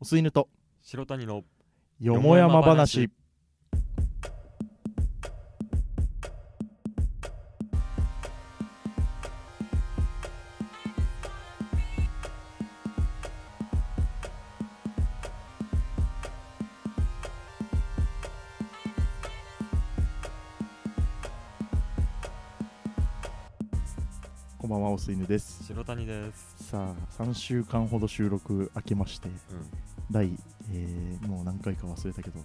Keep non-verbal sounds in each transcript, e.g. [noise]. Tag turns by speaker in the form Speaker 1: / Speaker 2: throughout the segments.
Speaker 1: 薄犬と
Speaker 2: 白谷の
Speaker 1: よもやま話こんばんは薄犬です
Speaker 2: 白谷です、
Speaker 1: さあ3週間ほど収録明けまして
Speaker 2: うんうん、
Speaker 1: 第、えーもう何回か忘れたけど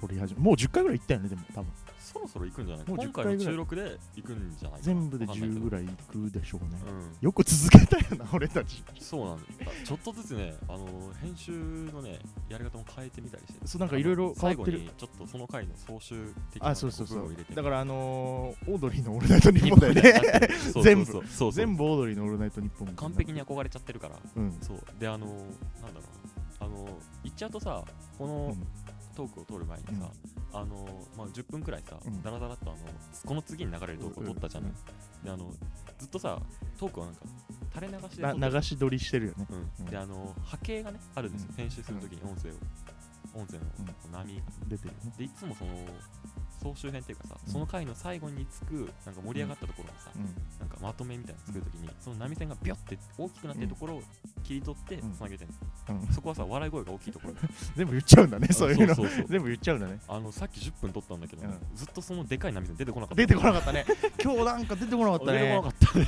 Speaker 1: 撮り始めもう10回ぐらい行ったよねでも多分
Speaker 2: そろそろ行くんじゃない
Speaker 1: もう10
Speaker 2: 今
Speaker 1: 回
Speaker 2: 回の収録で行くんじゃないかな
Speaker 1: 全部で
Speaker 2: わかんないけ
Speaker 1: 10
Speaker 2: ど
Speaker 1: ぐらい行くでしょうね
Speaker 2: うん
Speaker 1: よく続けたよな [laughs] 俺たち
Speaker 2: そうなんだちょっとずつねあのー編集のねやり方も変えてみたりして
Speaker 1: そうなんか色々変わってる
Speaker 2: あの最後にちょっとその回の総集的な
Speaker 1: あそうそうそ
Speaker 2: 告知を
Speaker 1: う
Speaker 2: 入れて
Speaker 1: だからあのー、オードリーの「オールナイトニッポン」だよ [laughs]
Speaker 2: 日
Speaker 1: ね
Speaker 2: 本だよねそう
Speaker 1: 全部
Speaker 2: そうそうそう
Speaker 1: 全部オードリーの「オールナイトニッポン」
Speaker 2: 完璧に憧れちゃってるから
Speaker 1: うん
Speaker 2: そうであのーなんだろうなあのー言っちゃうとさこのトークを取る前にさ、あのまあ、10分くらいさ、
Speaker 1: うん
Speaker 2: ダラダラっとあのこの次に流れるトークを取ったじゃない、であのずっとさトークはなんか垂れ流しで撮
Speaker 1: う
Speaker 2: っ
Speaker 1: ん、
Speaker 2: て
Speaker 1: な流し撮りしてるよね
Speaker 2: うん、であの波形がねあるんですよ、
Speaker 1: うん
Speaker 2: 編集するときに音声を音声の波が、
Speaker 1: 出てるよね
Speaker 2: でいつもその総集編っていうかさ、
Speaker 1: うん
Speaker 2: その回の最後につくなんか盛り上がったところのさ、
Speaker 1: うん
Speaker 2: なんかまとめみたいなの作るときにその波線がビョって大きくなってるところを切り取って
Speaker 1: うん
Speaker 2: つなげてる、
Speaker 1: うん [laughs]
Speaker 2: そこはさ笑い声が大きいところ
Speaker 1: 全部言っちゃうんだね [laughs] そういうの
Speaker 2: あそうそうそう
Speaker 1: 全部言っちゃうんだね
Speaker 2: あのさっき10分撮ったんだけど、ね
Speaker 1: う
Speaker 2: ずっとそのでかい波線出てこなかった
Speaker 1: 出てこなかったね今日なんか出てこなかった
Speaker 2: [laughs] 出て
Speaker 1: ね
Speaker 2: こなかったね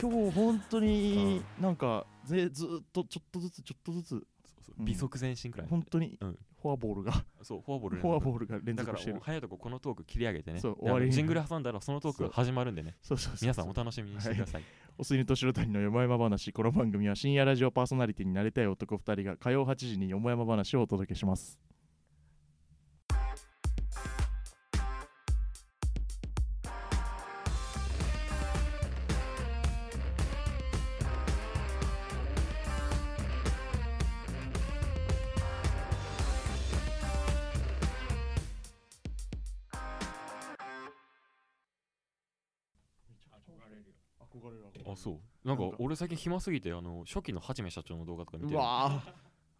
Speaker 1: 今日本当になんかぜずーっとちょっとずつちょっとずつ
Speaker 2: そうそう
Speaker 1: うん
Speaker 2: 微速前進くらい、
Speaker 1: 本当に
Speaker 2: うん
Speaker 1: フォアボールが
Speaker 2: そうフォアボール
Speaker 1: フォア
Speaker 2: ー
Speaker 1: ボールが連
Speaker 2: だ
Speaker 1: 続
Speaker 2: から
Speaker 1: して
Speaker 2: もう
Speaker 1: る
Speaker 2: 早いとここのトーク切り上げてね
Speaker 1: そう
Speaker 2: で
Speaker 1: 終わり
Speaker 2: あ
Speaker 1: に
Speaker 2: のジングル挟んだらそのトークが始まるんでね
Speaker 1: そうそうそう
Speaker 2: 皆さんお楽しみにしてください、
Speaker 1: おすぎと白谷のよもやま話この番組は深夜ラジオパーソナリティになりたい男2人が火曜8時によもやま話をお届けします憧れる
Speaker 2: あそうなんか
Speaker 1: なんか
Speaker 2: 俺最近暇すぎてあの初期のはじめ社長の動画とか見て
Speaker 1: う
Speaker 2: る
Speaker 1: わー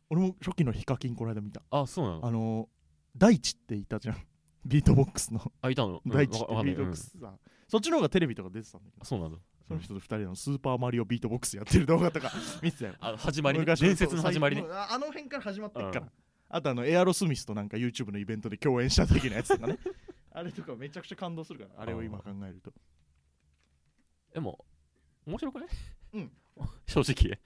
Speaker 1: 俺も初期のヒカキンこの間見た
Speaker 2: あそうなの
Speaker 1: あの大地っていたじゃん [laughs] ビートボックスの
Speaker 2: あいたのうん
Speaker 1: 大地って
Speaker 2: わかんな
Speaker 1: ビ
Speaker 2: い
Speaker 1: ート
Speaker 2: う
Speaker 1: ボッ
Speaker 2: ん
Speaker 1: クスさん、そっちの方がテレビとか出てたんだけど
Speaker 2: そうなんだ
Speaker 1: その人と2人のスーパーマリオビートボックスやってる動画とか [laughs] 見てたよ
Speaker 2: あ始まりね
Speaker 1: 昔
Speaker 2: 伝説の始まりね
Speaker 1: そう最近あの辺から始まってっから、
Speaker 2: うん
Speaker 1: あとあのエアロスミスとなんか YouTube のイベントで共演した時のやつとか
Speaker 2: [laughs]
Speaker 1: ねあれとかめちゃくちゃ感動するからあれを今考えると
Speaker 2: でも面白くない
Speaker 1: うん
Speaker 2: [laughs] 正直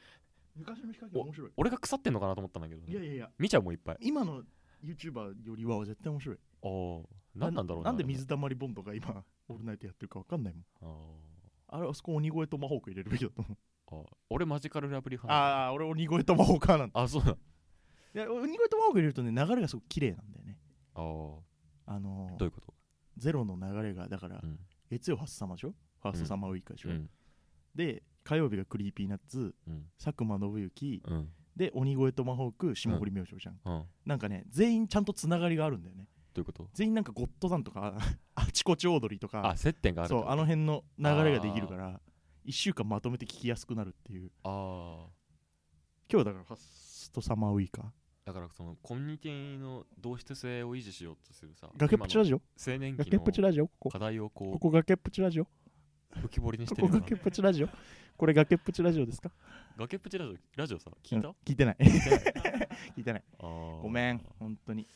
Speaker 1: 昔のヒカキン面白い
Speaker 2: 俺が腐ってんのかなと思ったんだけど
Speaker 1: いや
Speaker 2: ね
Speaker 1: いやいや
Speaker 2: 見ちゃうもんいっぱい
Speaker 1: 今の YouTuber よりは絶対面白い
Speaker 2: あー何なんだろう
Speaker 1: な
Speaker 2: なん
Speaker 1: で水溜りボンドが今オールナイトやってるか分かんないもん
Speaker 2: あー
Speaker 1: あれあそこ鬼越トマホーク入れるべきだと思う
Speaker 2: あー俺マジカルラブリー派なの
Speaker 1: ああ、俺鬼越トマホーク派なんだ。
Speaker 2: あそうなの
Speaker 1: いや、鬼越トマホーク入れるとね、流れがすごく綺麗なんだよね。
Speaker 2: あー
Speaker 1: あのー
Speaker 2: どういうこと
Speaker 1: ゼロの流れが、だから
Speaker 2: う、ん
Speaker 1: 月曜ファーストサマーでしょファーストサマーウイカでしょ、
Speaker 2: うん
Speaker 1: で、火曜日がクリーピーナッツ、
Speaker 2: うん
Speaker 1: 佐久間信行、
Speaker 2: うん
Speaker 1: で、鬼越トマホーク、霜降り明星じゃん,、
Speaker 2: うんど
Speaker 1: なんかね、全員ちゃんとつながりがあるんだよね。
Speaker 2: ういうこと
Speaker 1: 全員なんかゴッドタンとか、 [laughs] あちこち踊りとか、
Speaker 2: あ接点がある
Speaker 1: そう、あ
Speaker 2: の
Speaker 1: の辺の流れができるから、1週間まとめて聞きやすくなるっていう。
Speaker 2: ああ
Speaker 1: 今日だからファーストサマーウイカ。
Speaker 2: だからそのコミュニティの同質性を維持しようとするさ
Speaker 1: 崖っぷちラジオ
Speaker 2: 今の青年期
Speaker 1: 崖っぷちラジオここ
Speaker 2: の。課題をこ
Speaker 1: ここ崖っぷちラジオ
Speaker 2: う浮き彫りにして
Speaker 1: こ
Speaker 2: る
Speaker 1: こ
Speaker 2: ような
Speaker 1: 崖っぷちラジオこれ崖っぷちラジオですか
Speaker 2: 崖っぷちラジオラジオさ聞いた、
Speaker 1: うん聞いてない [laughs] 聞いてないご
Speaker 2: ご
Speaker 1: めん本当に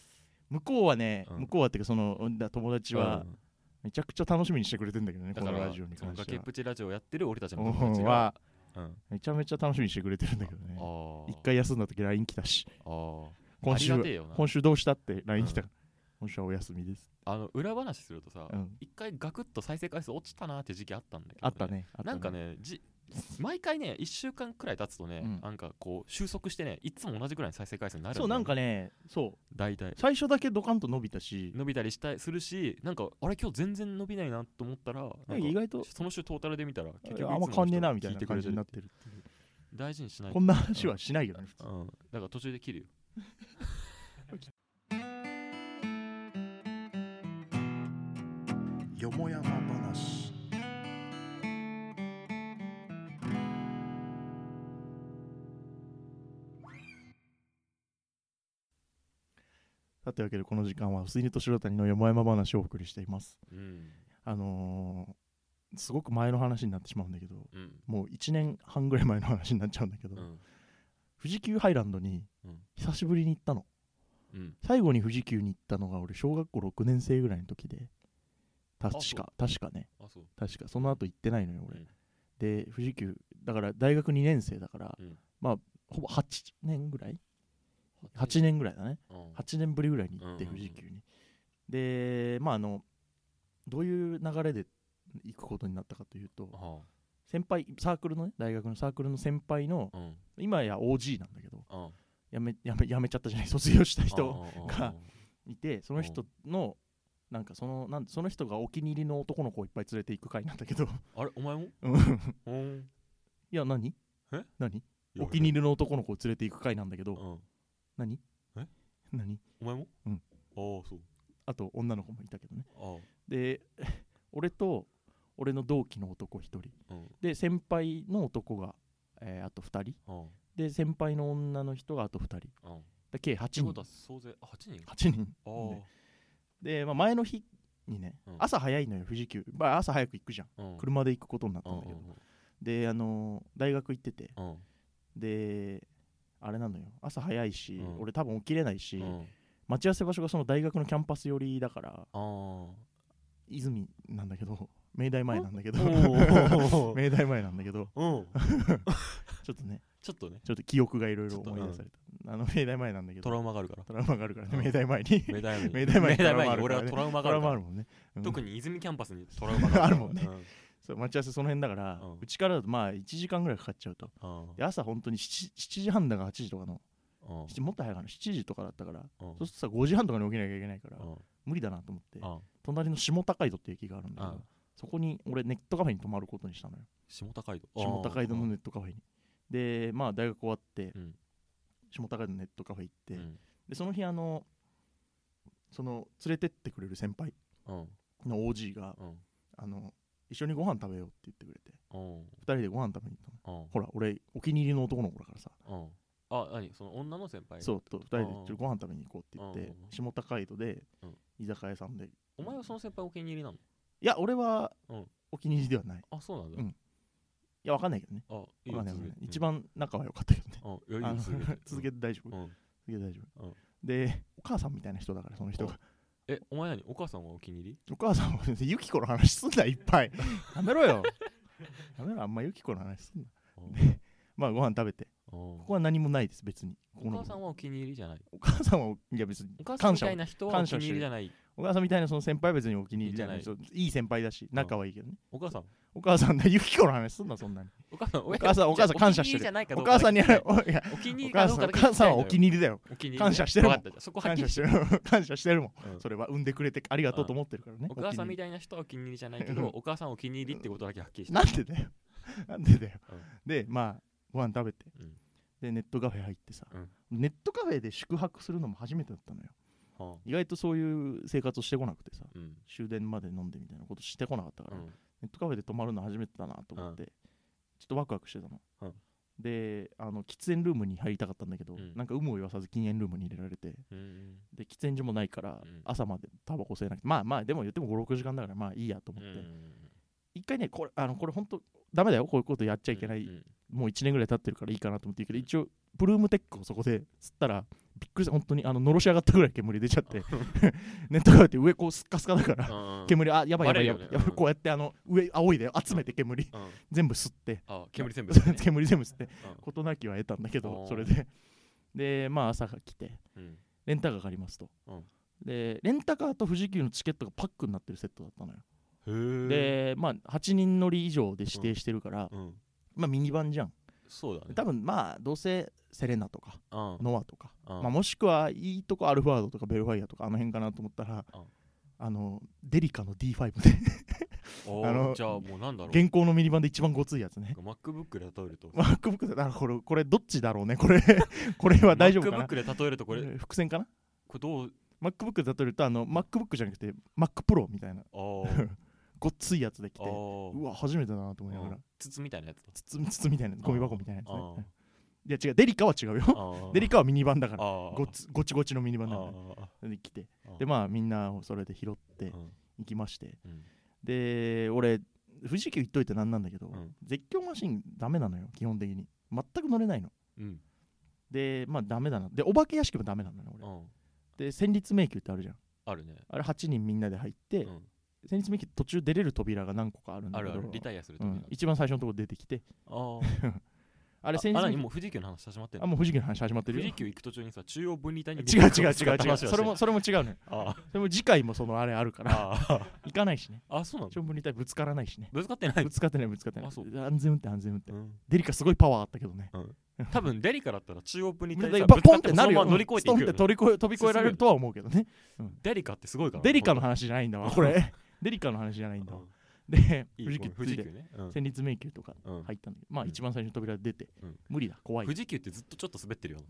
Speaker 1: 向こうはね、
Speaker 2: うん
Speaker 1: 向こうはっていうかそのうんだ友達は
Speaker 2: うん
Speaker 1: めちゃくちゃ楽しみにしてくれてんだけどね
Speaker 2: だ
Speaker 1: こ
Speaker 2: か
Speaker 1: の
Speaker 2: ら
Speaker 1: ラジオに
Speaker 2: その
Speaker 1: 関して
Speaker 2: 崖っ
Speaker 1: は
Speaker 2: ぷちラジオやってる俺たちの友
Speaker 1: う
Speaker 2: 達
Speaker 1: ん
Speaker 2: が
Speaker 1: は、
Speaker 2: うん、
Speaker 1: めちゃめちゃ楽しみにしてくれてるんだけどね
Speaker 2: あー
Speaker 1: 一回休んだ時 LINE 来たし
Speaker 2: あー
Speaker 1: 今
Speaker 2: あ
Speaker 1: 週
Speaker 2: りがてえよな
Speaker 1: 今週どうしたって LINE 来たから、今週はお休みです、
Speaker 2: あの裏話するとさ
Speaker 1: うん
Speaker 2: 一、回ガクッと再生回数落ちたなって時期あったんだけど、
Speaker 1: あったねあった
Speaker 2: なんかねじ毎回ね1週間くらい経つとね、
Speaker 1: うん
Speaker 2: なんかこう収束してねいつも同じくらいの再生回数になる
Speaker 1: そうなんか
Speaker 2: ね
Speaker 1: ねそう
Speaker 2: 大体
Speaker 1: 最初だけドカンと伸びたし
Speaker 2: 伸びたりしたするしなんかあれ今日全然伸びないなと思ったらなんか
Speaker 1: 意外と
Speaker 2: その週トータルで見たら結局
Speaker 1: あんま変わんねえなみたい
Speaker 2: 聞
Speaker 1: な
Speaker 2: てく
Speaker 1: 感
Speaker 2: れ
Speaker 1: じ
Speaker 2: て
Speaker 1: に
Speaker 2: る
Speaker 1: なってるっていう
Speaker 2: 大事にしないと
Speaker 1: こんな話はしないけどね普通
Speaker 2: うんだから途中で切るよ
Speaker 3: よもやま話
Speaker 1: さてわけでこの時間は薄井と白谷のよもやま話をお送りしています
Speaker 2: うん
Speaker 1: あのーすごく前の話になってしまうんだけど
Speaker 2: うん
Speaker 1: もう1年半ぐらい前の話になっちゃうんだけど、
Speaker 2: うん
Speaker 1: 富士急ハイランドに
Speaker 2: うん
Speaker 1: 久しぶりに行ったの
Speaker 2: うん
Speaker 1: 最後に富士急に行ったのが俺小学校6年生ぐらいの時で確
Speaker 2: あそう
Speaker 1: か確かね
Speaker 2: あそう
Speaker 1: 確かその後行ってないのよ俺、
Speaker 2: うん
Speaker 1: で富士急だから大学2年生だから、
Speaker 2: うん
Speaker 1: まあほぼ8年ぐらい8年ぐらいだね
Speaker 2: うん
Speaker 1: 8年ぶりぐらいに行っ
Speaker 2: う
Speaker 1: て
Speaker 2: んうんう
Speaker 1: 富
Speaker 2: ん
Speaker 1: 士急に、でまああのどういう流れで行くことになったかというと
Speaker 2: あ
Speaker 1: 先輩サークルのね大学のサークルの先輩の
Speaker 2: うん
Speaker 1: 今や OG なんだけど
Speaker 2: うん
Speaker 1: やめやめやめちゃったじゃない [laughs] 卒業した人が
Speaker 2: うんうん
Speaker 1: いてその人のなんかそのなんその人がお気に入りの男の子をいっぱい連れていく会なんだけど [laughs]
Speaker 2: あれお前も
Speaker 1: うんい
Speaker 2: うん
Speaker 1: や何
Speaker 2: え
Speaker 1: 何お気に入りの男の子を連れていく会なんだけど
Speaker 2: うん
Speaker 1: 何
Speaker 2: え
Speaker 1: 何
Speaker 2: お前も
Speaker 1: うん
Speaker 2: ああそう
Speaker 1: あと女の子もいたけどね
Speaker 2: あ
Speaker 1: で [laughs] 俺と俺の同期の男1人
Speaker 2: あうん
Speaker 1: で先輩の男が、えーあと2人
Speaker 2: あ
Speaker 1: で先輩の女の人があと2人
Speaker 2: あうん
Speaker 1: で計8
Speaker 2: って
Speaker 1: 人
Speaker 2: ことは総勢あ8人
Speaker 1: 8人
Speaker 2: あ
Speaker 1: ねで、まあ、前の日にね、
Speaker 2: うん
Speaker 1: 朝早いのよ富士急、まあ、朝早く行くじゃん
Speaker 2: あうん
Speaker 1: 車で行くことになった
Speaker 2: うん
Speaker 1: んだ
Speaker 2: う
Speaker 1: けど、
Speaker 2: ん
Speaker 1: であのー大学行ってて
Speaker 2: うん
Speaker 1: であれなのよ朝早いし、
Speaker 2: うん
Speaker 1: 俺多分起きれないし、
Speaker 2: うん
Speaker 1: 待ち合わせ場所がその大学のキャンパス寄りだから [laughs]
Speaker 2: あー
Speaker 1: 泉なんだけど [laughs] 明大前なんだけど
Speaker 2: おー
Speaker 1: [laughs] 明大前なんだけど
Speaker 2: うん
Speaker 1: ちょっとね
Speaker 2: ちょっとね
Speaker 1: ちょっと記憶がいろいろ思い出された、あの明大前なんだけど
Speaker 2: トラウマがあるから
Speaker 1: トラウマがあるからね、
Speaker 2: うん
Speaker 1: 明大前に
Speaker 2: 目玉
Speaker 1: [laughs]
Speaker 2: に
Speaker 1: 目玉に
Speaker 2: 目
Speaker 1: トラウ
Speaker 2: 玉
Speaker 1: マあ
Speaker 2: に
Speaker 1: るか
Speaker 2: 俺
Speaker 1: ら
Speaker 2: は
Speaker 1: ね
Speaker 2: トラウマ
Speaker 1: ト
Speaker 2: が
Speaker 1: ラ
Speaker 2: ある
Speaker 1: ウ
Speaker 2: か
Speaker 1: マあ
Speaker 2: ら
Speaker 1: るもんね、うん
Speaker 2: 特に泉キャンパスにトラウマが
Speaker 1: [laughs] あるもんね
Speaker 2: うん
Speaker 1: そう待ち合わせその辺だから
Speaker 2: うん
Speaker 1: うち、からだとまあ1時間ぐらいかかっちゃうと
Speaker 2: あ
Speaker 1: で朝本当に 7, 7時半だか8時とかの
Speaker 2: ー
Speaker 1: 7もっと早いかな7時とかだったから
Speaker 2: う
Speaker 1: そ
Speaker 2: ん
Speaker 1: うするとさ5時半とかに起きなきゃいけないから
Speaker 2: うん
Speaker 1: 無理だなと思って
Speaker 2: あー
Speaker 1: 隣の下高井戸っていう駅があるんだけ
Speaker 2: うん
Speaker 1: どそこに俺ネットカフェに泊まることにしたのよ
Speaker 2: 下高井戸あー
Speaker 1: 下高井戸のネットカフェにでまあ大学終わって
Speaker 2: うん
Speaker 1: 下高井戸のネットカフェ行って
Speaker 2: うん
Speaker 1: でその日あのその連れてってくれる先輩
Speaker 2: うん
Speaker 1: の OG が
Speaker 2: うん
Speaker 1: あの一緒にご飯食べようって言ってくれて
Speaker 2: うん
Speaker 1: 2人でご飯食べに行ったの
Speaker 2: うん
Speaker 1: ほら俺お気に入りの男の子だからさ
Speaker 2: うんあ何その女の先輩
Speaker 1: そうと2人でちょっ
Speaker 2: あ
Speaker 1: と
Speaker 2: ー
Speaker 1: ご飯食べに行こうって言っ
Speaker 2: うん
Speaker 1: て
Speaker 2: うんうん
Speaker 1: 下高井戸で
Speaker 2: うん
Speaker 1: 居酒屋さんでい
Speaker 2: お前はその先輩お気に入りなの
Speaker 1: や俺は
Speaker 2: うん
Speaker 1: お気に入りではないい
Speaker 2: あそうなんだ
Speaker 1: うんやわかんないけどね
Speaker 2: あいい
Speaker 1: わ
Speaker 2: よ
Speaker 1: かんないわかん
Speaker 2: 続け
Speaker 1: ない
Speaker 2: て
Speaker 1: 一番仲は良かったけどね
Speaker 2: うんいや
Speaker 1: あ
Speaker 2: いい
Speaker 1: の
Speaker 2: よ
Speaker 1: [laughs] 続け
Speaker 2: て
Speaker 1: て大丈夫
Speaker 2: うんうん
Speaker 1: 続けて大丈夫
Speaker 2: うん
Speaker 1: でお母さんみたいな人だからその人が
Speaker 2: えお前何お母さんはお気に入り
Speaker 1: お母さんも先生ユキコの話すんだいっぱい [laughs] やめろよやめろあんまユキコの話すんなまあご飯食べてここ
Speaker 2: お
Speaker 1: は何もないです別にここの
Speaker 2: 母さんはお気に入りじゃない
Speaker 1: お母さんはいや別に
Speaker 2: お母さんみたい
Speaker 1: を
Speaker 2: な人はお
Speaker 1: 感
Speaker 2: 気
Speaker 1: 謝
Speaker 2: に
Speaker 1: を
Speaker 2: 入りじゃない
Speaker 1: お母さんみたいなその先輩は別にお気に入りじゃない
Speaker 2: いいじ
Speaker 1: そういい先輩だし仲はいいけどね、
Speaker 2: お母さん
Speaker 1: お母さんだユキコの話すんなそんなに [laughs]
Speaker 2: お母さんお
Speaker 1: お母さんお母さん感謝してるお母さんにあれお [laughs] いや
Speaker 2: お気に
Speaker 1: お
Speaker 2: 入り
Speaker 1: 母
Speaker 2: かど
Speaker 1: さお
Speaker 2: うんかだけ聞きたい
Speaker 1: 母さんはお気
Speaker 2: 入
Speaker 1: に入りだよ
Speaker 2: りお気に入りね
Speaker 1: 感謝してるもん
Speaker 2: わかったそこは
Speaker 1: 感
Speaker 2: っき
Speaker 1: 謝
Speaker 2: り
Speaker 1: して
Speaker 2: [laughs]
Speaker 1: る感謝してるもん
Speaker 2: うん
Speaker 1: それは産んでくれてありがとうと思ってるからね
Speaker 2: お母さんみ
Speaker 1: た
Speaker 2: たいな人はお気に入りじゃないけどお母さんお気に入りってことだけはっきりして
Speaker 1: [laughs] なんでだよなんでだよ
Speaker 2: うん
Speaker 1: でまあご飯食べて
Speaker 2: うん
Speaker 1: でネットカフェ入ってさ
Speaker 2: うん
Speaker 1: ネットカフェで宿泊するのも初めてだったのよ
Speaker 2: は
Speaker 1: 意外とそういう生活をしてこなくてさ
Speaker 2: あうん
Speaker 1: 終電まで飲んでみたいなことしてこなかったか
Speaker 2: う
Speaker 1: ら
Speaker 2: ん
Speaker 1: ネットカフェで泊まるの初めてだなと思って、ちょっとワクワクしてたの。
Speaker 2: うん
Speaker 1: であの喫煙ルームに入りたかったんだけど、
Speaker 2: うん
Speaker 1: なんか有無を言わさず禁煙ルームに入れられて
Speaker 2: うん
Speaker 1: で喫煙所もないから、
Speaker 2: うん
Speaker 1: 朝までタバコ吸えなくてまあまあでも言っても56時間だからまあいいやと思
Speaker 2: う
Speaker 1: って、
Speaker 2: ん
Speaker 1: 一回ねこれあのこれ本当ダメだよこういうことやっちゃいけない、
Speaker 2: うん
Speaker 1: もう1年ぐらい経ってるからいいかなと思ってるけど一応ブルームテックをそこで吸ったらびっくりした本当にあののろし上がったぐらい煙出ちゃって [laughs] ネットカフェって上こうスッカスカだから
Speaker 2: うん
Speaker 1: 煙あやばいやばいやばい
Speaker 2: バレ
Speaker 1: や
Speaker 2: るよね
Speaker 1: ばい
Speaker 2: うん
Speaker 1: こうやってあの上仰いで集めて煙
Speaker 2: うん
Speaker 1: 全部吸って
Speaker 2: あ煙全部
Speaker 1: [laughs] 煙全部吸って
Speaker 2: うん
Speaker 1: 事なきは得たんだけど
Speaker 2: おー
Speaker 1: それででまあ朝が来て
Speaker 2: うん
Speaker 1: レンタカー借りますと、
Speaker 2: うん
Speaker 1: でレンタカーと富士急のチケットがパックになってるセットだったのよ、
Speaker 2: へ
Speaker 1: で
Speaker 2: え
Speaker 1: まあ8人乗り以上で指定してるから、
Speaker 2: うん
Speaker 1: まあミニバンじゃん
Speaker 2: そうだね
Speaker 1: 多分まあどうせセレナとか
Speaker 2: うん
Speaker 1: ノアとか、
Speaker 2: うん
Speaker 1: まあ、もしくはいいとこアルファードとかベルファイアとかあの辺かなと思ったら、
Speaker 2: うん
Speaker 1: あのデリカの D5 で
Speaker 2: おー
Speaker 1: あの
Speaker 2: じゃあもうなんだろう
Speaker 1: 現行のミニバンで一番ごついやつね
Speaker 2: MacBook で例えると
Speaker 1: MacBook だからこれこれどっちだろうねこ
Speaker 2: [laughs]
Speaker 1: れこれは大丈夫かな
Speaker 2: MacBook で例えるとこれこ
Speaker 1: 伏線かな
Speaker 2: れどう
Speaker 1: MacBook で例えるとあの MacBook じゃなくて MacPro みたいな
Speaker 2: あ
Speaker 1: [laughs]
Speaker 2: ー
Speaker 1: ごっついやつで来
Speaker 2: あ
Speaker 1: て
Speaker 2: ー
Speaker 1: うわ初めてだなと思いなが
Speaker 2: う
Speaker 1: ら
Speaker 2: ん筒みたいなやつだ
Speaker 1: 筒筒みたいなゴミ箱みたいなやつ
Speaker 2: あ
Speaker 1: ねいや違うデリカは違うよ
Speaker 2: あ
Speaker 1: デリ
Speaker 2: カ
Speaker 1: カはミニバンだから
Speaker 2: あ
Speaker 1: ごつごちごちのミニバンだか
Speaker 2: あ
Speaker 1: らで来て
Speaker 2: あ
Speaker 1: でまあみんなそれで拾って
Speaker 2: うん
Speaker 1: いきまして
Speaker 2: うん
Speaker 1: で俺富士急行っといてなんなんだけど、
Speaker 2: うん
Speaker 1: 絶叫マシンダメなのよ基本的に全く乗れないの
Speaker 2: うん
Speaker 1: でまあダメだなでお化け屋敷もダメなのね
Speaker 2: う
Speaker 1: 俺
Speaker 2: ん
Speaker 1: で戦慄迷宮ってあるじゃん
Speaker 2: あるね
Speaker 1: あれ8人みんなで入って、
Speaker 2: うん
Speaker 1: 戦慄迷宮途中出れる扉が何個かあるんだ
Speaker 2: あ
Speaker 1: け
Speaker 2: る
Speaker 1: ど
Speaker 2: あるリタイアする
Speaker 1: う
Speaker 2: とき
Speaker 1: ん、一番最初のとこ出てきて
Speaker 2: あ
Speaker 1: あ
Speaker 2: あ
Speaker 1: れ戦慄
Speaker 2: あ
Speaker 1: 迷
Speaker 2: 何
Speaker 1: 宮
Speaker 2: もう富士急の話始まってん
Speaker 1: あ
Speaker 2: の
Speaker 1: もう富士急の話始まって
Speaker 2: 富
Speaker 1: るよ
Speaker 2: 士急行く途中にさ中央分離帯に
Speaker 1: 違う違う違う違うそれもそれも違うのよ
Speaker 2: あ
Speaker 1: それも次回もそのあれあるから
Speaker 2: ああ
Speaker 1: 行かないしね
Speaker 2: ああそうなの
Speaker 1: 長文に対ぶつからないしね
Speaker 2: ぶつかってない
Speaker 1: ぶつかってないぶつかってない
Speaker 2: あそう
Speaker 1: 安全運転安全運転
Speaker 2: うん
Speaker 1: デリカすごいパワーあったけどね
Speaker 2: 多分デリカだったら中央分離帯
Speaker 1: で
Speaker 2: さ
Speaker 1: ポ
Speaker 2: ぶつか
Speaker 1: ンっ
Speaker 2: っ
Speaker 1: て
Speaker 2: てもそ
Speaker 1: な
Speaker 2: の
Speaker 1: る
Speaker 2: ま
Speaker 1: よ
Speaker 2: ま乗り越えてい
Speaker 1: うんストン
Speaker 2: くよ
Speaker 1: って
Speaker 2: ね
Speaker 1: 飛び越え飛び越えられるとは思うけどね
Speaker 2: デリカってすごいから
Speaker 1: デリカの
Speaker 2: の
Speaker 1: 話じゃないんだわこれデリカの話じゃないんだわで富士急
Speaker 2: 富士
Speaker 1: つい
Speaker 2: 急
Speaker 1: て
Speaker 2: ねうん
Speaker 1: 戦慄迷宮とか
Speaker 2: うん
Speaker 1: 入ったんだけどまあ
Speaker 2: うん
Speaker 1: 一番最初の扉出て
Speaker 2: うん
Speaker 1: 無理だ怖い
Speaker 2: 富士急ってずっとちょっと滑ってるよ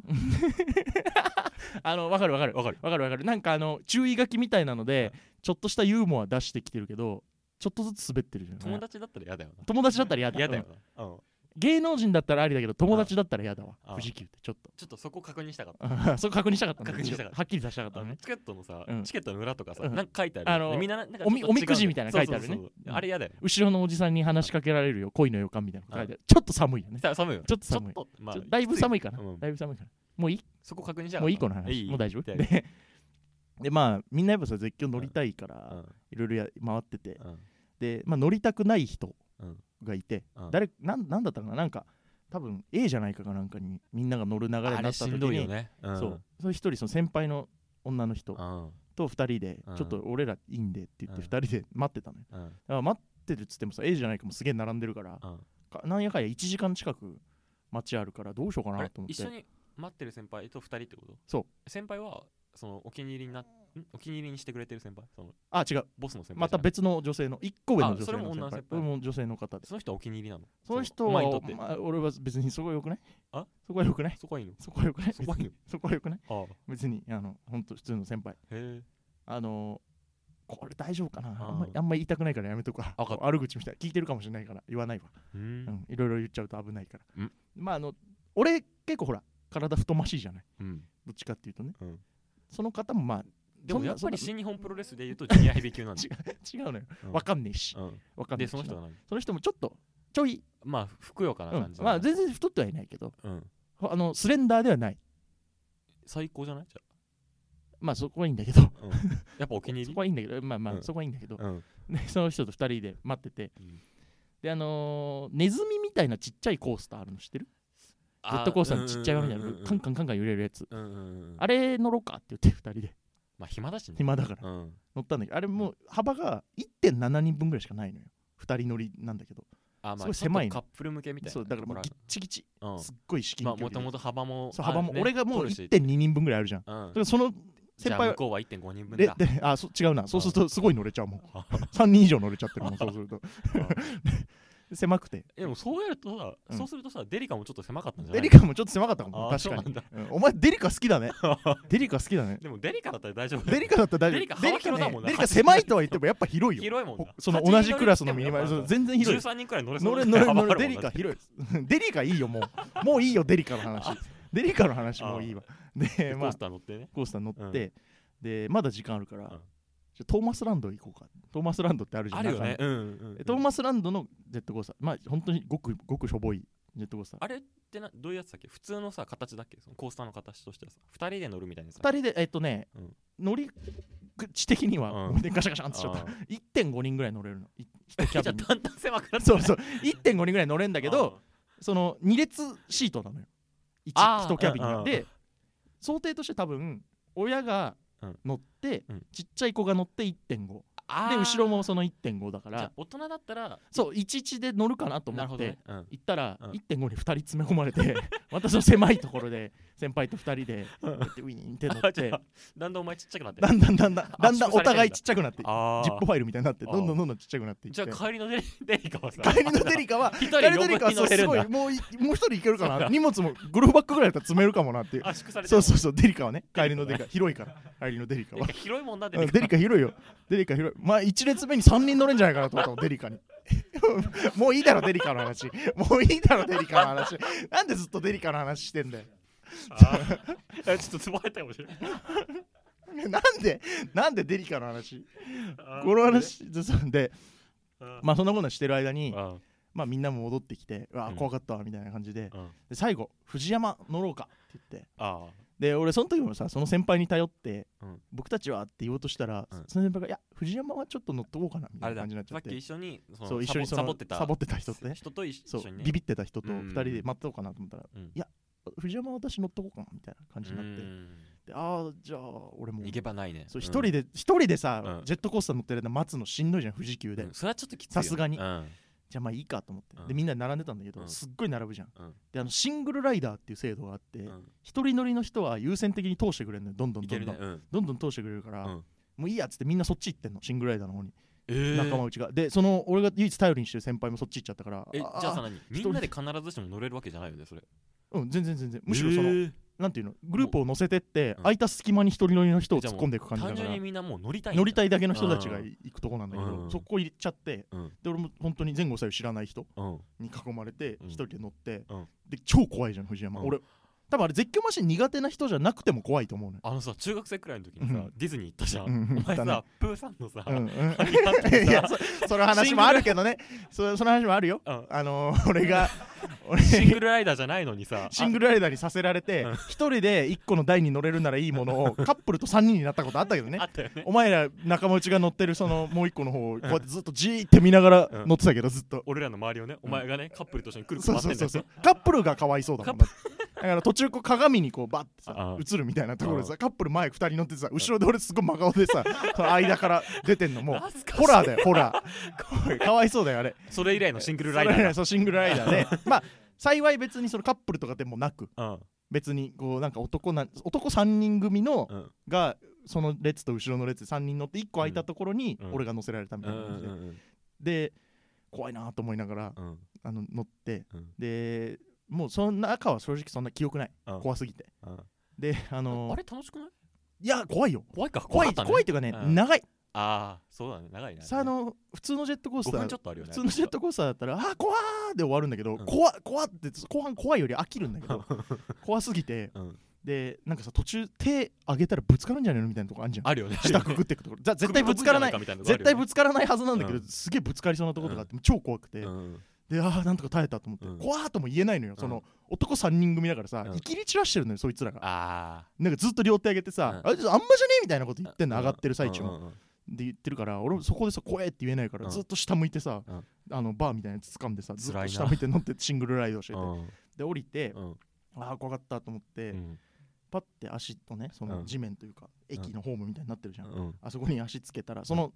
Speaker 1: あのわかるわかる
Speaker 2: わかる
Speaker 1: わかるわかるなんかあの注意書きみたいなのでちょっとしたユーモア出してきてるけどちょっとずつ滑ってるじゃん
Speaker 2: 友達だったら嫌だよな
Speaker 1: 友達だったら嫌だ
Speaker 2: 嫌だよ
Speaker 1: うん
Speaker 2: なうん
Speaker 1: 芸能人だったらありだけど友達だったら嫌だわ
Speaker 2: ああ
Speaker 1: 富士急ってちょっと
Speaker 2: ちょっとそこ確認したかった
Speaker 1: あ [laughs] そこ確認したかったんだ
Speaker 2: 確認したかった
Speaker 1: はっきり出したかった
Speaker 2: あ
Speaker 1: の
Speaker 2: の
Speaker 1: ね
Speaker 2: チケットのさ
Speaker 1: うん
Speaker 2: チケットの裏とかさ
Speaker 1: うん
Speaker 2: なんか書いてあるよ
Speaker 1: あ
Speaker 2: ね
Speaker 1: の
Speaker 2: みんななんかちょっと
Speaker 1: おみ
Speaker 2: 違う
Speaker 1: おみくじみたいなの書いてあるね
Speaker 2: そうそうそうあれ嫌だよ
Speaker 1: 後ろのおじさんに話しかけられるよ恋の予感みたいなの書いてあるちょっと寒いよね
Speaker 2: さ寒いよ
Speaker 1: ちょっと寒い
Speaker 2: ちょっとまあ
Speaker 1: ちょだいぶ寒
Speaker 2: い
Speaker 1: いかな
Speaker 2: うん
Speaker 1: だいぶ寒いからもういい
Speaker 2: そこ確認したかった
Speaker 1: もういいこの話もう大丈夫
Speaker 2: いい
Speaker 1: ででまあみんなやっぱさ絶叫乗りたいからいろいろや回ってて
Speaker 2: うん
Speaker 1: でまあ乗りたくない人
Speaker 2: うん
Speaker 1: がいて
Speaker 2: うん
Speaker 1: 誰なんなんだったかななんか多分 A じゃないかかなんかにみんなが乗る流れにな
Speaker 2: あ
Speaker 1: った
Speaker 2: れ
Speaker 1: 時
Speaker 2: しんどいよ
Speaker 1: に
Speaker 2: ねん
Speaker 1: そうそれ一人その先輩の女の人
Speaker 2: うん
Speaker 1: と2人で
Speaker 2: うん
Speaker 1: ちょっと俺らいいんでって言って
Speaker 2: うん
Speaker 1: 2人で待ってたのよ
Speaker 2: うん
Speaker 1: だから待ってるっつってもさ A じゃないかもすげえ並んでるから
Speaker 2: うん
Speaker 1: かなんやかんや1時間近く待ちあるからどうしようか
Speaker 2: あ
Speaker 1: な
Speaker 2: れ
Speaker 1: と思って
Speaker 2: 一緒に待ってる先輩と二人ってこと
Speaker 1: そう
Speaker 2: 先輩はそのお気に入りになっんお気に入りにしてくれてる先輩その
Speaker 1: あ違う
Speaker 2: ボスの先輩
Speaker 1: また
Speaker 2: じゃない
Speaker 1: 別の女性の1個上の女
Speaker 2: あ
Speaker 1: 性
Speaker 2: それ
Speaker 1: の
Speaker 2: も
Speaker 1: 先
Speaker 2: 女
Speaker 1: 輩
Speaker 2: の先輩
Speaker 1: それも女性の方で
Speaker 2: その人はお気に入りなの
Speaker 1: その人
Speaker 2: 前にとっ
Speaker 1: は
Speaker 2: て
Speaker 1: まあ俺は別にそこはよくない
Speaker 2: あ
Speaker 1: そこはよくない
Speaker 2: そこはいいの
Speaker 1: そこはよくない
Speaker 2: そこはいいの
Speaker 1: そこはよくない
Speaker 2: あ
Speaker 1: 別にあの本当普通の先輩
Speaker 2: あへえ
Speaker 1: あのこれ大丈夫かな
Speaker 2: あー
Speaker 1: あんまりあんまり言いたくないからやめとくわ
Speaker 2: わかった
Speaker 1: 悪口みたい聞いてるかもしれないから言わないわ
Speaker 2: う
Speaker 1: うんんいろいろ言っちゃうと危ないから
Speaker 2: うん
Speaker 1: まああの俺結構ほら体太ましいじゃない
Speaker 2: うん
Speaker 1: どっちかっていうとね
Speaker 2: うん
Speaker 1: その方もまあ
Speaker 2: でもやっ
Speaker 1: そ
Speaker 2: ぱ
Speaker 1: んな
Speaker 2: り
Speaker 1: そん
Speaker 2: 新日本プロレスで言うと
Speaker 1: [laughs]
Speaker 2: ジュニアヘビー級なんだ
Speaker 1: な違うのよ
Speaker 2: うん
Speaker 1: わかんねえし
Speaker 2: うん
Speaker 1: わかんねえ
Speaker 2: で
Speaker 1: し
Speaker 2: その人は何
Speaker 1: その人もちょっとちょい、
Speaker 2: まあふくよかな
Speaker 1: うん
Speaker 2: 感じ
Speaker 1: ま
Speaker 2: な
Speaker 1: あ
Speaker 2: んだ
Speaker 1: 全然太ってはいないけど
Speaker 2: うん
Speaker 1: あのスレンダーではない
Speaker 2: 最高じゃないじゃ
Speaker 1: まあそこはいいんだけど
Speaker 2: あうんやっぱお気に
Speaker 1: そ
Speaker 2: 入
Speaker 1: こ
Speaker 2: り
Speaker 1: はいいんだけどまあまあ
Speaker 2: うん
Speaker 1: そこはいいんだけど、
Speaker 2: うん
Speaker 1: でその人と2人で待ってて、
Speaker 2: うん
Speaker 1: であのーネズミみたいなちっちゃいコースターあるの知ってるジェットコースターのちっちゃいのみたいな、
Speaker 2: うんうんうん
Speaker 1: カンカンカンカン揺れるやつ、
Speaker 2: うんうんうん
Speaker 1: あれ乗ろうかって言って2人で
Speaker 2: まあ暇だしね
Speaker 1: 暇だから
Speaker 2: うん
Speaker 1: 乗ったんだけどあれもう幅が1.7人分ぐらいしかないのよ2人乗りなんだけど
Speaker 2: あます
Speaker 1: ご
Speaker 2: あ
Speaker 1: い狭い
Speaker 2: ちょっとカップル向けみたいな
Speaker 1: そうだからもう
Speaker 2: とこ
Speaker 1: ギッチギチ
Speaker 2: ろあるうん
Speaker 1: すっごい至近
Speaker 2: まあ
Speaker 1: 距離
Speaker 2: も
Speaker 1: で
Speaker 2: ともと幅も
Speaker 1: そう幅も、
Speaker 2: あね
Speaker 1: 俺がもう
Speaker 2: 取るし
Speaker 1: 1.2人分ぐらいあるじゃん
Speaker 2: うん
Speaker 1: だからその
Speaker 2: じ
Speaker 1: 先
Speaker 2: ゃ
Speaker 1: 輩
Speaker 2: あ
Speaker 1: は
Speaker 2: 向こうは1.5人分
Speaker 1: で
Speaker 2: だ
Speaker 1: であそ違うなそうするとすごい乗れちゃうもん
Speaker 2: あ
Speaker 1: 3人以上乗れちゃってる
Speaker 2: [laughs]
Speaker 1: もんそうすると狭くて
Speaker 2: でもそうやるとさ、
Speaker 1: うん
Speaker 2: そうするとさデリカもちょっと狭かったんじゃな
Speaker 1: デ
Speaker 2: い
Speaker 1: リカもちょっと狭かったかも
Speaker 2: あー
Speaker 1: 確か
Speaker 2: そう
Speaker 1: に
Speaker 2: なんだ
Speaker 1: うんお前デリカ好きだ
Speaker 2: [laughs]
Speaker 1: ねデリカ好きだね
Speaker 2: でもデリカだったら大丈夫
Speaker 1: デリカだったら大丈夫
Speaker 2: デリカ幅広だもんな [laughs]
Speaker 1: デリカねデリカ狭いとは言ってもやっぱ広いよ
Speaker 2: 広いもんな
Speaker 1: ほその同じクラスのミニマルそう
Speaker 2: 全
Speaker 1: 全然広いです
Speaker 2: 13人くらい乗れそ
Speaker 1: 乗
Speaker 2: う
Speaker 1: れ
Speaker 2: な
Speaker 1: 乗れ [laughs]
Speaker 2: 幅
Speaker 1: 乗れ
Speaker 2: [laughs] ある
Speaker 1: デ
Speaker 2: もん
Speaker 1: リ
Speaker 2: な
Speaker 1: カ広いですデリカいいよもうもういいよデリカの話デリカの話もういいわで
Speaker 2: でコ
Speaker 1: ま
Speaker 2: ー
Speaker 1: あ
Speaker 2: スター乗ってね
Speaker 1: コースター乗ってでまだ時間あるから
Speaker 2: ん
Speaker 1: じゃあトーマスランド行こうかトーマスランドってあるじゃん
Speaker 2: あるよね
Speaker 1: 中
Speaker 2: うんうんう
Speaker 1: に
Speaker 2: ん
Speaker 1: トーマスランドのジェットコースターまあ本当にごくごくしょぼいジェットコースター
Speaker 2: あれってなどういうやつだっけ普通のさ形だっけそのコースターの形としてはさ2人で乗るみたいなさ
Speaker 1: 2人でえっとね
Speaker 2: うん
Speaker 1: 乗り口的には
Speaker 2: うん
Speaker 1: もうねガシャガシャンってしちゃった
Speaker 2: あー
Speaker 1: 1.5人ぐらい乗
Speaker 2: [laughs]
Speaker 1: れるのい一キ
Speaker 2: じゃ
Speaker 1: ャ
Speaker 2: あ
Speaker 1: ビンに
Speaker 2: だんだん狭くなって
Speaker 1: そうそう1.5人ぐらい乗れんだけど
Speaker 2: あ
Speaker 1: その2列シートなのよ 1,
Speaker 2: あー
Speaker 1: キャビン
Speaker 2: うんうんう
Speaker 1: が
Speaker 2: ん
Speaker 1: で想定として多分親が
Speaker 2: うん
Speaker 1: 乗って、
Speaker 2: うん
Speaker 1: ちっちゃい子が乗って1.5
Speaker 2: あ
Speaker 1: で
Speaker 2: ー
Speaker 1: 後ろもその1.5だか
Speaker 2: じゃあ
Speaker 1: ら
Speaker 2: 大人だったら
Speaker 1: そう11で乗るかなと思
Speaker 2: なる
Speaker 1: っ
Speaker 2: ほ
Speaker 1: て、
Speaker 2: どねうん
Speaker 1: 行ったら
Speaker 2: うん
Speaker 1: 1.5に2人詰め込まれて [laughs] またその狭いところで先輩と2人でこうやってウィーンって乗
Speaker 2: あ
Speaker 1: っ
Speaker 2: [laughs] じ
Speaker 1: て
Speaker 2: ゃあだんだんお前ちっちゃくなって
Speaker 1: だんだんだんだんだんだん
Speaker 2: 圧縮されてんだ
Speaker 1: お互いちっちゃくなって
Speaker 2: あー
Speaker 1: ジップファイルみたいになって
Speaker 2: あー
Speaker 1: どんどんどんどんちっちゃくなっていっ
Speaker 2: じ
Speaker 1: て
Speaker 2: ゃあ帰りのデリ [laughs] デリカはさ
Speaker 1: [laughs] 帰りのデリカ
Speaker 2: [laughs]
Speaker 1: は
Speaker 2: 一
Speaker 1: 帰
Speaker 2: 人
Speaker 1: りのデリカはそう
Speaker 2: 横に乗れ
Speaker 1: す
Speaker 2: るん
Speaker 1: ご
Speaker 2: だ
Speaker 1: いもういもう一人いけるか
Speaker 2: そう
Speaker 1: な
Speaker 2: だ
Speaker 1: 荷物もゴルフバッグぐらいだったら詰めるかもなっていう
Speaker 2: 圧縮されて
Speaker 1: そ
Speaker 2: る
Speaker 1: うそうそうデリカはね帰りの
Speaker 2: [laughs]
Speaker 1: デリカ広いから帰りのデリカ
Speaker 2: デリ
Speaker 1: は
Speaker 2: カ広いもんなデ
Speaker 1: う
Speaker 2: リ
Speaker 1: ん
Speaker 2: カ
Speaker 1: デリカ広いよデリカ広いまあ1列目に3人乗れんじゃないかなと思ったのデリカに [laughs] もういいだろデリカの話もういいだろデリカの話なんでずっとデリカの話してんだよ [laughs]
Speaker 3: あちょっとつぼ入ったかもしれない
Speaker 1: なんでなんでデリカの話
Speaker 3: あ
Speaker 1: この話ずっとで
Speaker 3: あ
Speaker 1: まあそんなことしてる間に
Speaker 2: あ
Speaker 1: まあみんなも戻ってきてうわ
Speaker 2: うん
Speaker 1: 怖かったわみたいな感じで
Speaker 2: あ
Speaker 1: で最後藤山乗ろうかって言って
Speaker 2: あ
Speaker 1: で俺その時もさその先輩に頼って、
Speaker 2: うん
Speaker 1: 僕たちはって言おうとしたら、
Speaker 2: うん
Speaker 1: その先輩が「いや藤山はちょっと乗っとこうかな」み
Speaker 2: あ
Speaker 1: たいな
Speaker 2: れだ
Speaker 1: 感じになっち
Speaker 2: さ
Speaker 1: ゃ
Speaker 2: っ
Speaker 1: って
Speaker 2: き一緒にその
Speaker 1: そう一緒にその
Speaker 2: サボってた
Speaker 1: サボってた人とね
Speaker 2: 人と一
Speaker 1: そう
Speaker 2: 緒にね
Speaker 1: ビビってた人と
Speaker 2: うん
Speaker 1: 2人で待っとこうかなと思ったら「
Speaker 2: うん
Speaker 1: いや藤山は私乗っとこうかな」みたいな感じになって、
Speaker 2: うん
Speaker 1: でああじゃあ俺も
Speaker 2: 逃げ場ないね
Speaker 1: そう
Speaker 2: うん
Speaker 1: 一人で一、人でさ、
Speaker 2: うん
Speaker 1: ジェットコースター乗ってる間待つのしんどいじゃん富士急で、
Speaker 2: うんそれはちょっときついよ
Speaker 1: さすがに
Speaker 2: うん
Speaker 1: じゃあまあいいかと思って、
Speaker 2: うん
Speaker 1: でみんなで並んでたんだけど、
Speaker 2: うん
Speaker 1: すっごい並ぶじゃん、
Speaker 2: うん
Speaker 1: であのシングルライダーっていう制度があって、
Speaker 2: うん
Speaker 1: 一人乗りの人は優先的に通してくれるのよどんどん
Speaker 2: い
Speaker 1: ど
Speaker 2: け
Speaker 1: ん
Speaker 2: る
Speaker 1: どん、
Speaker 2: ねうん
Speaker 1: どんどん通してくれるから、
Speaker 2: うん
Speaker 1: もういいやっつってみんなそっち行ってんのシングルライダーの方に、
Speaker 2: えー
Speaker 1: 仲間内がでその俺が唯一頼りにしてる先輩もそっち行っちゃったから
Speaker 2: えじゃあさ
Speaker 1: あ
Speaker 2: 何みんなで必ずしも乗れるわけじゃないよねそれ
Speaker 1: うん全然全然むしろその、
Speaker 2: えー
Speaker 1: なんていうのグループを乗せてって、
Speaker 2: うん
Speaker 1: 空いた隙間に一人乗りの人を
Speaker 2: じゃ
Speaker 1: 突
Speaker 2: あ
Speaker 1: っ
Speaker 2: もう
Speaker 1: 込んでいく感じだ
Speaker 2: 単
Speaker 1: か
Speaker 2: 純
Speaker 1: ら
Speaker 2: にみんなもう乗りたいんだ
Speaker 1: 乗りたいだけの人たちが行くとこなんだけど、
Speaker 2: うん
Speaker 1: そこ入っちゃって
Speaker 2: うん
Speaker 1: で俺も本当に前後左右知らない人
Speaker 2: うん
Speaker 1: に囲まれて
Speaker 2: うん
Speaker 1: 一人で乗って、
Speaker 2: うん
Speaker 1: で超怖いじゃん藤山、
Speaker 2: うん
Speaker 1: 俺多分あれ絶叫マシン苦手な人じゃなくても怖いと思うのよ
Speaker 2: あのさ中学生くらいの時に
Speaker 1: う
Speaker 2: さ
Speaker 1: ん
Speaker 2: ディズニー行ったじゃ
Speaker 1: うんん
Speaker 2: お前
Speaker 1: だね
Speaker 2: さプーさんのさ
Speaker 1: うんうん
Speaker 2: ハニーハット
Speaker 1: いや
Speaker 2: のさ
Speaker 1: [laughs] そその話もあるけどねそその話もあるよ
Speaker 2: うん
Speaker 1: あの [laughs] ー俺
Speaker 2: [laughs]
Speaker 1: が俺
Speaker 2: シングルライダーじゃないのにさ
Speaker 1: [laughs] シングルライダーにさせられて
Speaker 2: うん
Speaker 1: 一人で一個の台に乗れるならいいものをカップルと3人になったことあったけどね
Speaker 2: あったよ
Speaker 1: [laughs]
Speaker 2: ね
Speaker 1: お前ら仲間内が乗ってるそのもう一個の方をこうやってずっとじーって見ながら
Speaker 2: うん
Speaker 1: 乗ってたけどずっと
Speaker 2: 俺らの周りをねお前がねカップルと一緒にくるく
Speaker 1: そ
Speaker 2: る
Speaker 1: う
Speaker 2: 回
Speaker 1: そ
Speaker 2: っ
Speaker 1: うそ
Speaker 2: てん
Speaker 1: う
Speaker 2: だ
Speaker 1: そう
Speaker 2: よ
Speaker 1: カップルがかわいそうだもんだってだから途中こう鏡にこうバッて
Speaker 2: あ
Speaker 1: さ
Speaker 2: あ
Speaker 1: 映るみたいなところでさカップル前2人乗っててさ後ろで俺すごい真顔で
Speaker 2: [laughs]
Speaker 1: さその間から出てんのもう
Speaker 2: 懐かしい
Speaker 1: ホラーだよホラーかわいそうだよあれ
Speaker 2: それ以来のシングルライ
Speaker 1: それ
Speaker 2: ダー
Speaker 1: ねそうシングルライダーでまあ幸い別にそのカップルとかでもなく
Speaker 2: だ
Speaker 1: 別にこうなんか男な男3人組の
Speaker 2: うんうん
Speaker 1: がその列と後ろの列3人乗って1個空いたところに
Speaker 2: うん
Speaker 1: 俺が乗せられたみた
Speaker 2: う
Speaker 1: いなん感じで、
Speaker 2: うん
Speaker 1: で怖いなと思いながら
Speaker 2: うん
Speaker 1: あの乗って、
Speaker 2: うん
Speaker 1: でもうその中は正直そんな記憶ない、
Speaker 2: うん
Speaker 1: 怖すぎて
Speaker 2: うん
Speaker 1: であの
Speaker 2: あれ楽しくない
Speaker 1: いや怖いよ
Speaker 2: 怖いか
Speaker 1: 怖い、
Speaker 2: かったね
Speaker 1: 怖いっていうかね、
Speaker 2: うん
Speaker 1: 長い
Speaker 2: ああそうだね長いな
Speaker 1: さあの普通のジェットコース
Speaker 2: 5
Speaker 1: ター
Speaker 2: 分ちょっとあるよ
Speaker 1: 普
Speaker 2: ね
Speaker 1: 通のジェットコースターだったら「あー怖ー!」で終わるんだけど、
Speaker 2: うん
Speaker 1: 怖っ怖っって後半怖いより飽きるんだけど怖すぎて、
Speaker 2: うん
Speaker 1: でなんかさ途中手上げたらぶつかるんじゃないのみたいなとこあるじゃん
Speaker 2: [laughs] あるよね
Speaker 1: 下くぐってくところじゃ絶対ぶつからない絶対ぶ
Speaker 2: つ
Speaker 1: つからないはずなんだけど、
Speaker 2: うん
Speaker 1: すげえぶつかりそうなところとかあって、超怖くて、でああなんとか耐えたと思って、
Speaker 2: うん
Speaker 1: 怖ーとも言えないのよ、その男3人組だからさ、
Speaker 2: うん
Speaker 1: いきり散らしてるのよそいつらが
Speaker 2: あ
Speaker 1: なんかずっと両手上げてさ、
Speaker 2: うん
Speaker 1: ああんまじゃねえみたいなこと言ってんの、
Speaker 2: あ
Speaker 1: 上がってる最中も、
Speaker 2: うんうんうん
Speaker 1: で言ってるから俺もそこでさ怖えって言えないから、
Speaker 2: うん
Speaker 1: ずっと下向いてさ、
Speaker 2: うん
Speaker 1: あのバーみたいなやつ掴んでさずっ
Speaker 2: 辛い
Speaker 1: と下
Speaker 2: な
Speaker 1: 向いて乗ってシングルライドしてて、で降りて、
Speaker 2: うん
Speaker 1: ああ怖かったと思って、
Speaker 2: うん
Speaker 1: パッて足とねそうの
Speaker 2: ん
Speaker 1: 地面というか、駅のホームみたいになってるじゃん、
Speaker 2: うん
Speaker 1: あそこに足つけたらその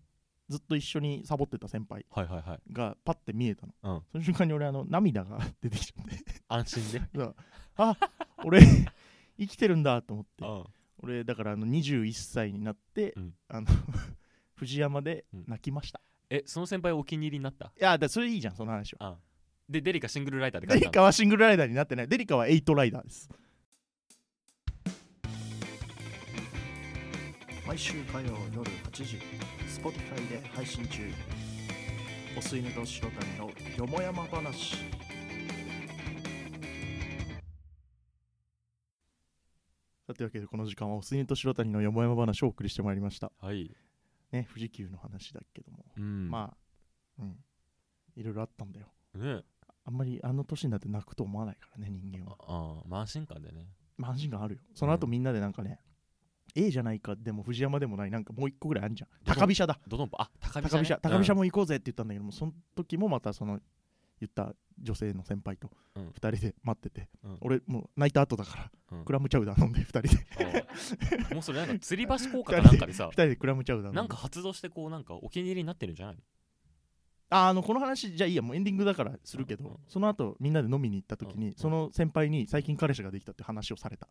Speaker 1: ずっと一緒にサボってた先輩
Speaker 2: はいはいはい
Speaker 1: がパッて見えたの、
Speaker 2: うん
Speaker 1: その瞬間に俺あの涙が出てきちゃ
Speaker 2: [laughs]
Speaker 1: って [laughs]
Speaker 2: 安心で
Speaker 1: そうあ俺生きてるんだと思って俺だからあの21歳になって、
Speaker 2: うん
Speaker 1: あの [laughs] 藤山で泣きました、
Speaker 2: えその先輩お気に入りになった
Speaker 1: いやだからそれいいじゃんその話は
Speaker 2: あでデリカシングルライターで書
Speaker 1: デ
Speaker 2: い
Speaker 1: リ
Speaker 2: た
Speaker 1: カはシングルライダーになってないデリカはエイトライダーです
Speaker 4: 毎週火曜夜8時 Spotify で配信中お吸い寝と白金のよもやま話
Speaker 1: さてわけでこの時間はおすねと白谷のよもやま話をお送りしてまいりました
Speaker 2: はい
Speaker 1: ね富士急の話だけども、
Speaker 2: うん
Speaker 1: まあうんいろいろあったんだよ
Speaker 2: あね
Speaker 1: あんまりあの年になって泣くと思わないからね人間は
Speaker 2: ああ安心感でね
Speaker 1: まあ安心感あるよその後
Speaker 2: うん
Speaker 1: みんなでなんかね、A じゃないかでも藤山でもないなんかもう一個ぐらいあんじゃん高飛車だ
Speaker 2: ドドンパあ高飛
Speaker 1: 高
Speaker 2: 車
Speaker 1: 飛車高
Speaker 2: ね
Speaker 1: 飛車
Speaker 2: うん
Speaker 1: も行こうぜって言ったんだけどもその時もまたその言った女性の先輩と
Speaker 2: うん
Speaker 1: 2人で待ってて、
Speaker 2: うん
Speaker 1: 俺もう泣いた後だから、
Speaker 2: うん
Speaker 1: クラムチャウダー飲んで2人で
Speaker 2: あもうそれなんか吊り橋効果かなんかでさ
Speaker 1: [laughs] 2人でクラムチャウダー飲で
Speaker 2: なんか発動してこうなんかお気に入りになってるんじゃない
Speaker 1: ああのこの話じゃあいいやもうエンディングだからするけど、
Speaker 2: うんうん
Speaker 1: その後みんなで飲みに行った時に、
Speaker 2: うん
Speaker 1: その先輩に最近彼氏ができたって話をされた、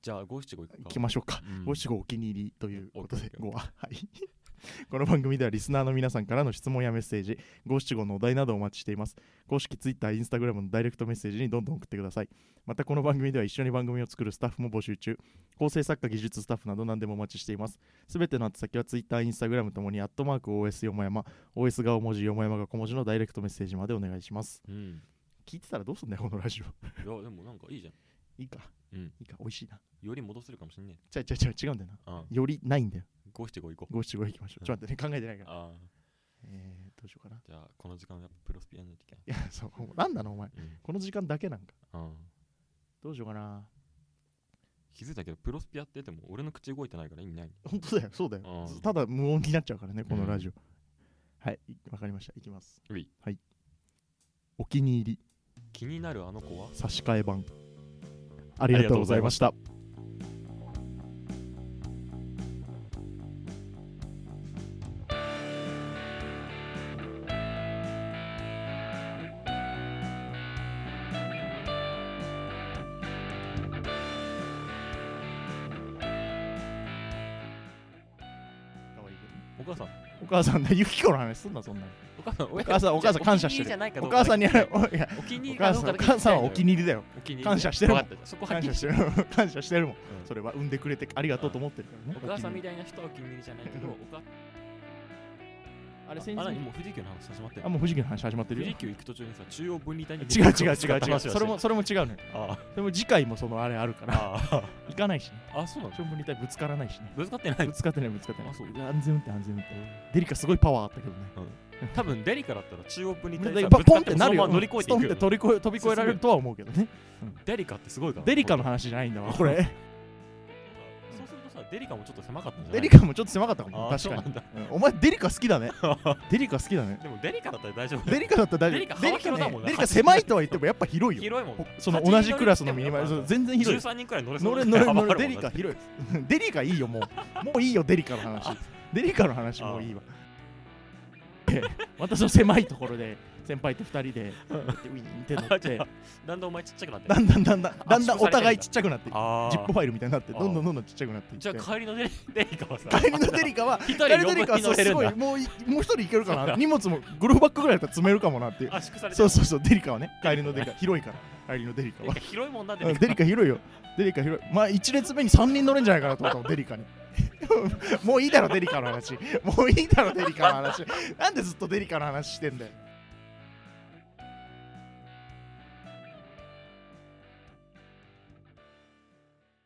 Speaker 2: じゃあ五七五いくか
Speaker 1: 行きましょうか
Speaker 2: うん
Speaker 1: 五七五お気に入りということ
Speaker 2: オッ
Speaker 1: で
Speaker 2: ケー
Speaker 1: 五ははい [laughs] この番組ではリスナーの皆さんからの質問やメッセージ、五七五のお題などをお待ちしています。公式 Twitter、Instagram のダイレクトメッセージにどんどん送ってください。またこの番組では一緒に番組を作るスタッフも募集中。構成作家、技術スタッフなど何でもお待ちしています。すべての宛先は Twitter、Instagram ともに、アットマーク OS よもやま、OS が大文字、よもやまが小文字のダイレクトメッセージまでお願いします。
Speaker 2: うん
Speaker 1: 聞いてたらどうすんだよ、このラジオ。
Speaker 2: いやでもなんかいいじゃ
Speaker 1: いいか、
Speaker 2: うん
Speaker 1: いいか、美味しいな。
Speaker 2: んより戻せるかもしんね
Speaker 1: ちゃうちゃうちゃう違うんだよな。
Speaker 2: えうん
Speaker 1: よりないんだよ。
Speaker 2: 五七五行こう
Speaker 1: 五七五いきましょう。ちょっと待ってね、考えてないから。
Speaker 2: ああ
Speaker 1: えー、どうしようかな。 [laughs]
Speaker 2: じゃあこの時間やっぱプロスピやんないといけない
Speaker 1: いや、そう、なんなの、お前。この時間だけなんか。
Speaker 2: うんうん
Speaker 1: どうしようかな。
Speaker 2: 気づいたけどプロスピやってても俺の口動いてないから意味ない
Speaker 1: 本当だよ、そうだ
Speaker 2: あ
Speaker 1: よ
Speaker 2: ー。
Speaker 1: ただ無音になっちゃうからね、このラジオ。はい、いわかりました。いきます。
Speaker 2: うい
Speaker 1: はい。お気に入り、
Speaker 2: 気になるあの子は
Speaker 1: 差し替え版。ありがとうございました。可愛い
Speaker 2: お母さん
Speaker 1: お母さんね、ゆきこの話すんな、そんなの。
Speaker 2: お母さんお
Speaker 1: お母さん、お母さん感謝してる。お母さんに、おいや
Speaker 2: お気に入
Speaker 1: お
Speaker 2: りか
Speaker 1: 母
Speaker 2: ど
Speaker 1: さ、
Speaker 2: う
Speaker 1: お
Speaker 2: んかだけ聞
Speaker 1: 母
Speaker 2: き
Speaker 1: さ
Speaker 2: たい
Speaker 1: ん
Speaker 2: の
Speaker 1: は
Speaker 2: よ
Speaker 1: お気に入りだよ。
Speaker 2: お気に入り
Speaker 1: 感謝してるもん
Speaker 2: わかったそこは
Speaker 1: 感
Speaker 2: っき
Speaker 1: 謝
Speaker 2: り
Speaker 1: してる。感謝してるもん。
Speaker 2: うん
Speaker 1: それは産んでくれてありがとうと思ってるからね。
Speaker 2: お母さんみ
Speaker 1: たい
Speaker 2: たいな人はお気に入りじゃないけど、お母さ
Speaker 1: な。あれ、先
Speaker 2: ん。あ、何
Speaker 1: 日
Speaker 2: もう富士急の話始まってる
Speaker 1: あ、。もう藤木の話始まって
Speaker 2: 富
Speaker 1: るよ。
Speaker 2: 士急行く途中にさ、中央分離帯に
Speaker 1: 違う違う違う違う。
Speaker 2: 話をしてる
Speaker 1: それも、。それも違うね。
Speaker 2: あ
Speaker 1: でも次回もそのあれあるから、
Speaker 2: あ、
Speaker 1: 行かないしね。
Speaker 2: あ、そうなの
Speaker 1: 勝負に対ぶつからないしね。
Speaker 2: ぶつかってない
Speaker 1: ぶ。つかってない、ぶつかってない。
Speaker 2: あそう
Speaker 1: いや安全運転、安全運転。デリカすごいパワーあったけどね。
Speaker 2: 多分デリカだったら中央分離帯
Speaker 1: で
Speaker 2: でさ
Speaker 1: ポ
Speaker 2: ぶつか
Speaker 1: ンって
Speaker 2: も
Speaker 1: なるよ。
Speaker 2: そのまま乗り越えて
Speaker 1: ス
Speaker 2: いく
Speaker 1: トン
Speaker 2: よ
Speaker 1: って取り越え飛び越えられるとは思うけどね。
Speaker 2: デリカってすごいから。
Speaker 1: デリカの話じゃないんだわ、これ。
Speaker 2: そうするとさ、デリカもちょっと狭かったんじゃな
Speaker 1: デ
Speaker 2: い
Speaker 1: リカもちょっと狭かったかも、
Speaker 2: あー
Speaker 1: 確
Speaker 2: そう
Speaker 1: か
Speaker 2: な
Speaker 1: に。
Speaker 2: んだ。
Speaker 1: うんお前デリカ好きだね。デリカ好き
Speaker 2: [laughs]
Speaker 1: だね。
Speaker 2: でもデリカだったら大丈夫。
Speaker 1: デリカだったら大丈夫。
Speaker 2: デリカ幅広だもんな
Speaker 1: デリカねデリカ狭いとは言ってもやっぱ広いよ。
Speaker 2: 広いもん
Speaker 1: ほ
Speaker 2: ね。
Speaker 1: その同じクラスのミニマ
Speaker 2: 八
Speaker 1: リ
Speaker 2: 人
Speaker 1: そう
Speaker 2: 乗り
Speaker 1: 全然
Speaker 2: でも
Speaker 1: 広い。
Speaker 2: 13人くらい乗れそう
Speaker 1: 乗れ
Speaker 2: な
Speaker 1: 乗れ
Speaker 2: 幅
Speaker 1: 乗
Speaker 2: あ
Speaker 1: れ
Speaker 2: るもん
Speaker 1: デリカ
Speaker 2: だって
Speaker 1: 広い。 [laughs] デリカいいよもう。もういいよデリカの話。デリカの話もういいわ。私の狭いところで先輩と二人でこうやってウィーンって乗っ
Speaker 2: あじ
Speaker 1: て
Speaker 2: ゃあ、だんだんお前ちっちゃくなってる
Speaker 1: だ。んだんだんだんだんだんお互いちっちゃくなっていく
Speaker 2: あ
Speaker 1: ジップ
Speaker 2: あ。
Speaker 1: ファイルみたいになってどんどんどんどんちっちゃくなっていっ
Speaker 2: じゃ
Speaker 1: て
Speaker 2: あ帰りのデリデリカはさ、
Speaker 1: 帰りのデリカは
Speaker 2: 一
Speaker 1: 帰
Speaker 2: 人
Speaker 1: り
Speaker 2: 余
Speaker 1: のデリ
Speaker 2: 分
Speaker 1: カは
Speaker 2: に
Speaker 1: そ
Speaker 2: 乗
Speaker 1: う
Speaker 2: れ
Speaker 1: す
Speaker 2: るん
Speaker 1: ごい
Speaker 2: だ。
Speaker 1: もういもう一人いけるかな荷物もグローバッグぐらいだったら詰めるかもなっていう
Speaker 2: 圧縮されて
Speaker 1: そう
Speaker 2: る
Speaker 1: そうそう、デリカはね、帰りのデリカ、広いから、帰りのデリカ
Speaker 2: デリ
Speaker 1: は
Speaker 2: カ。広いもんなんで
Speaker 1: うんデリカ広いよ。デリカ広い。まあ、1列目に3人乗れんじゃないかなと思った [laughs] もん、デリカに。もういいだろ、デリカの話。もういいだろ、デリカの話。なんでずっとデリカの話してんだよ。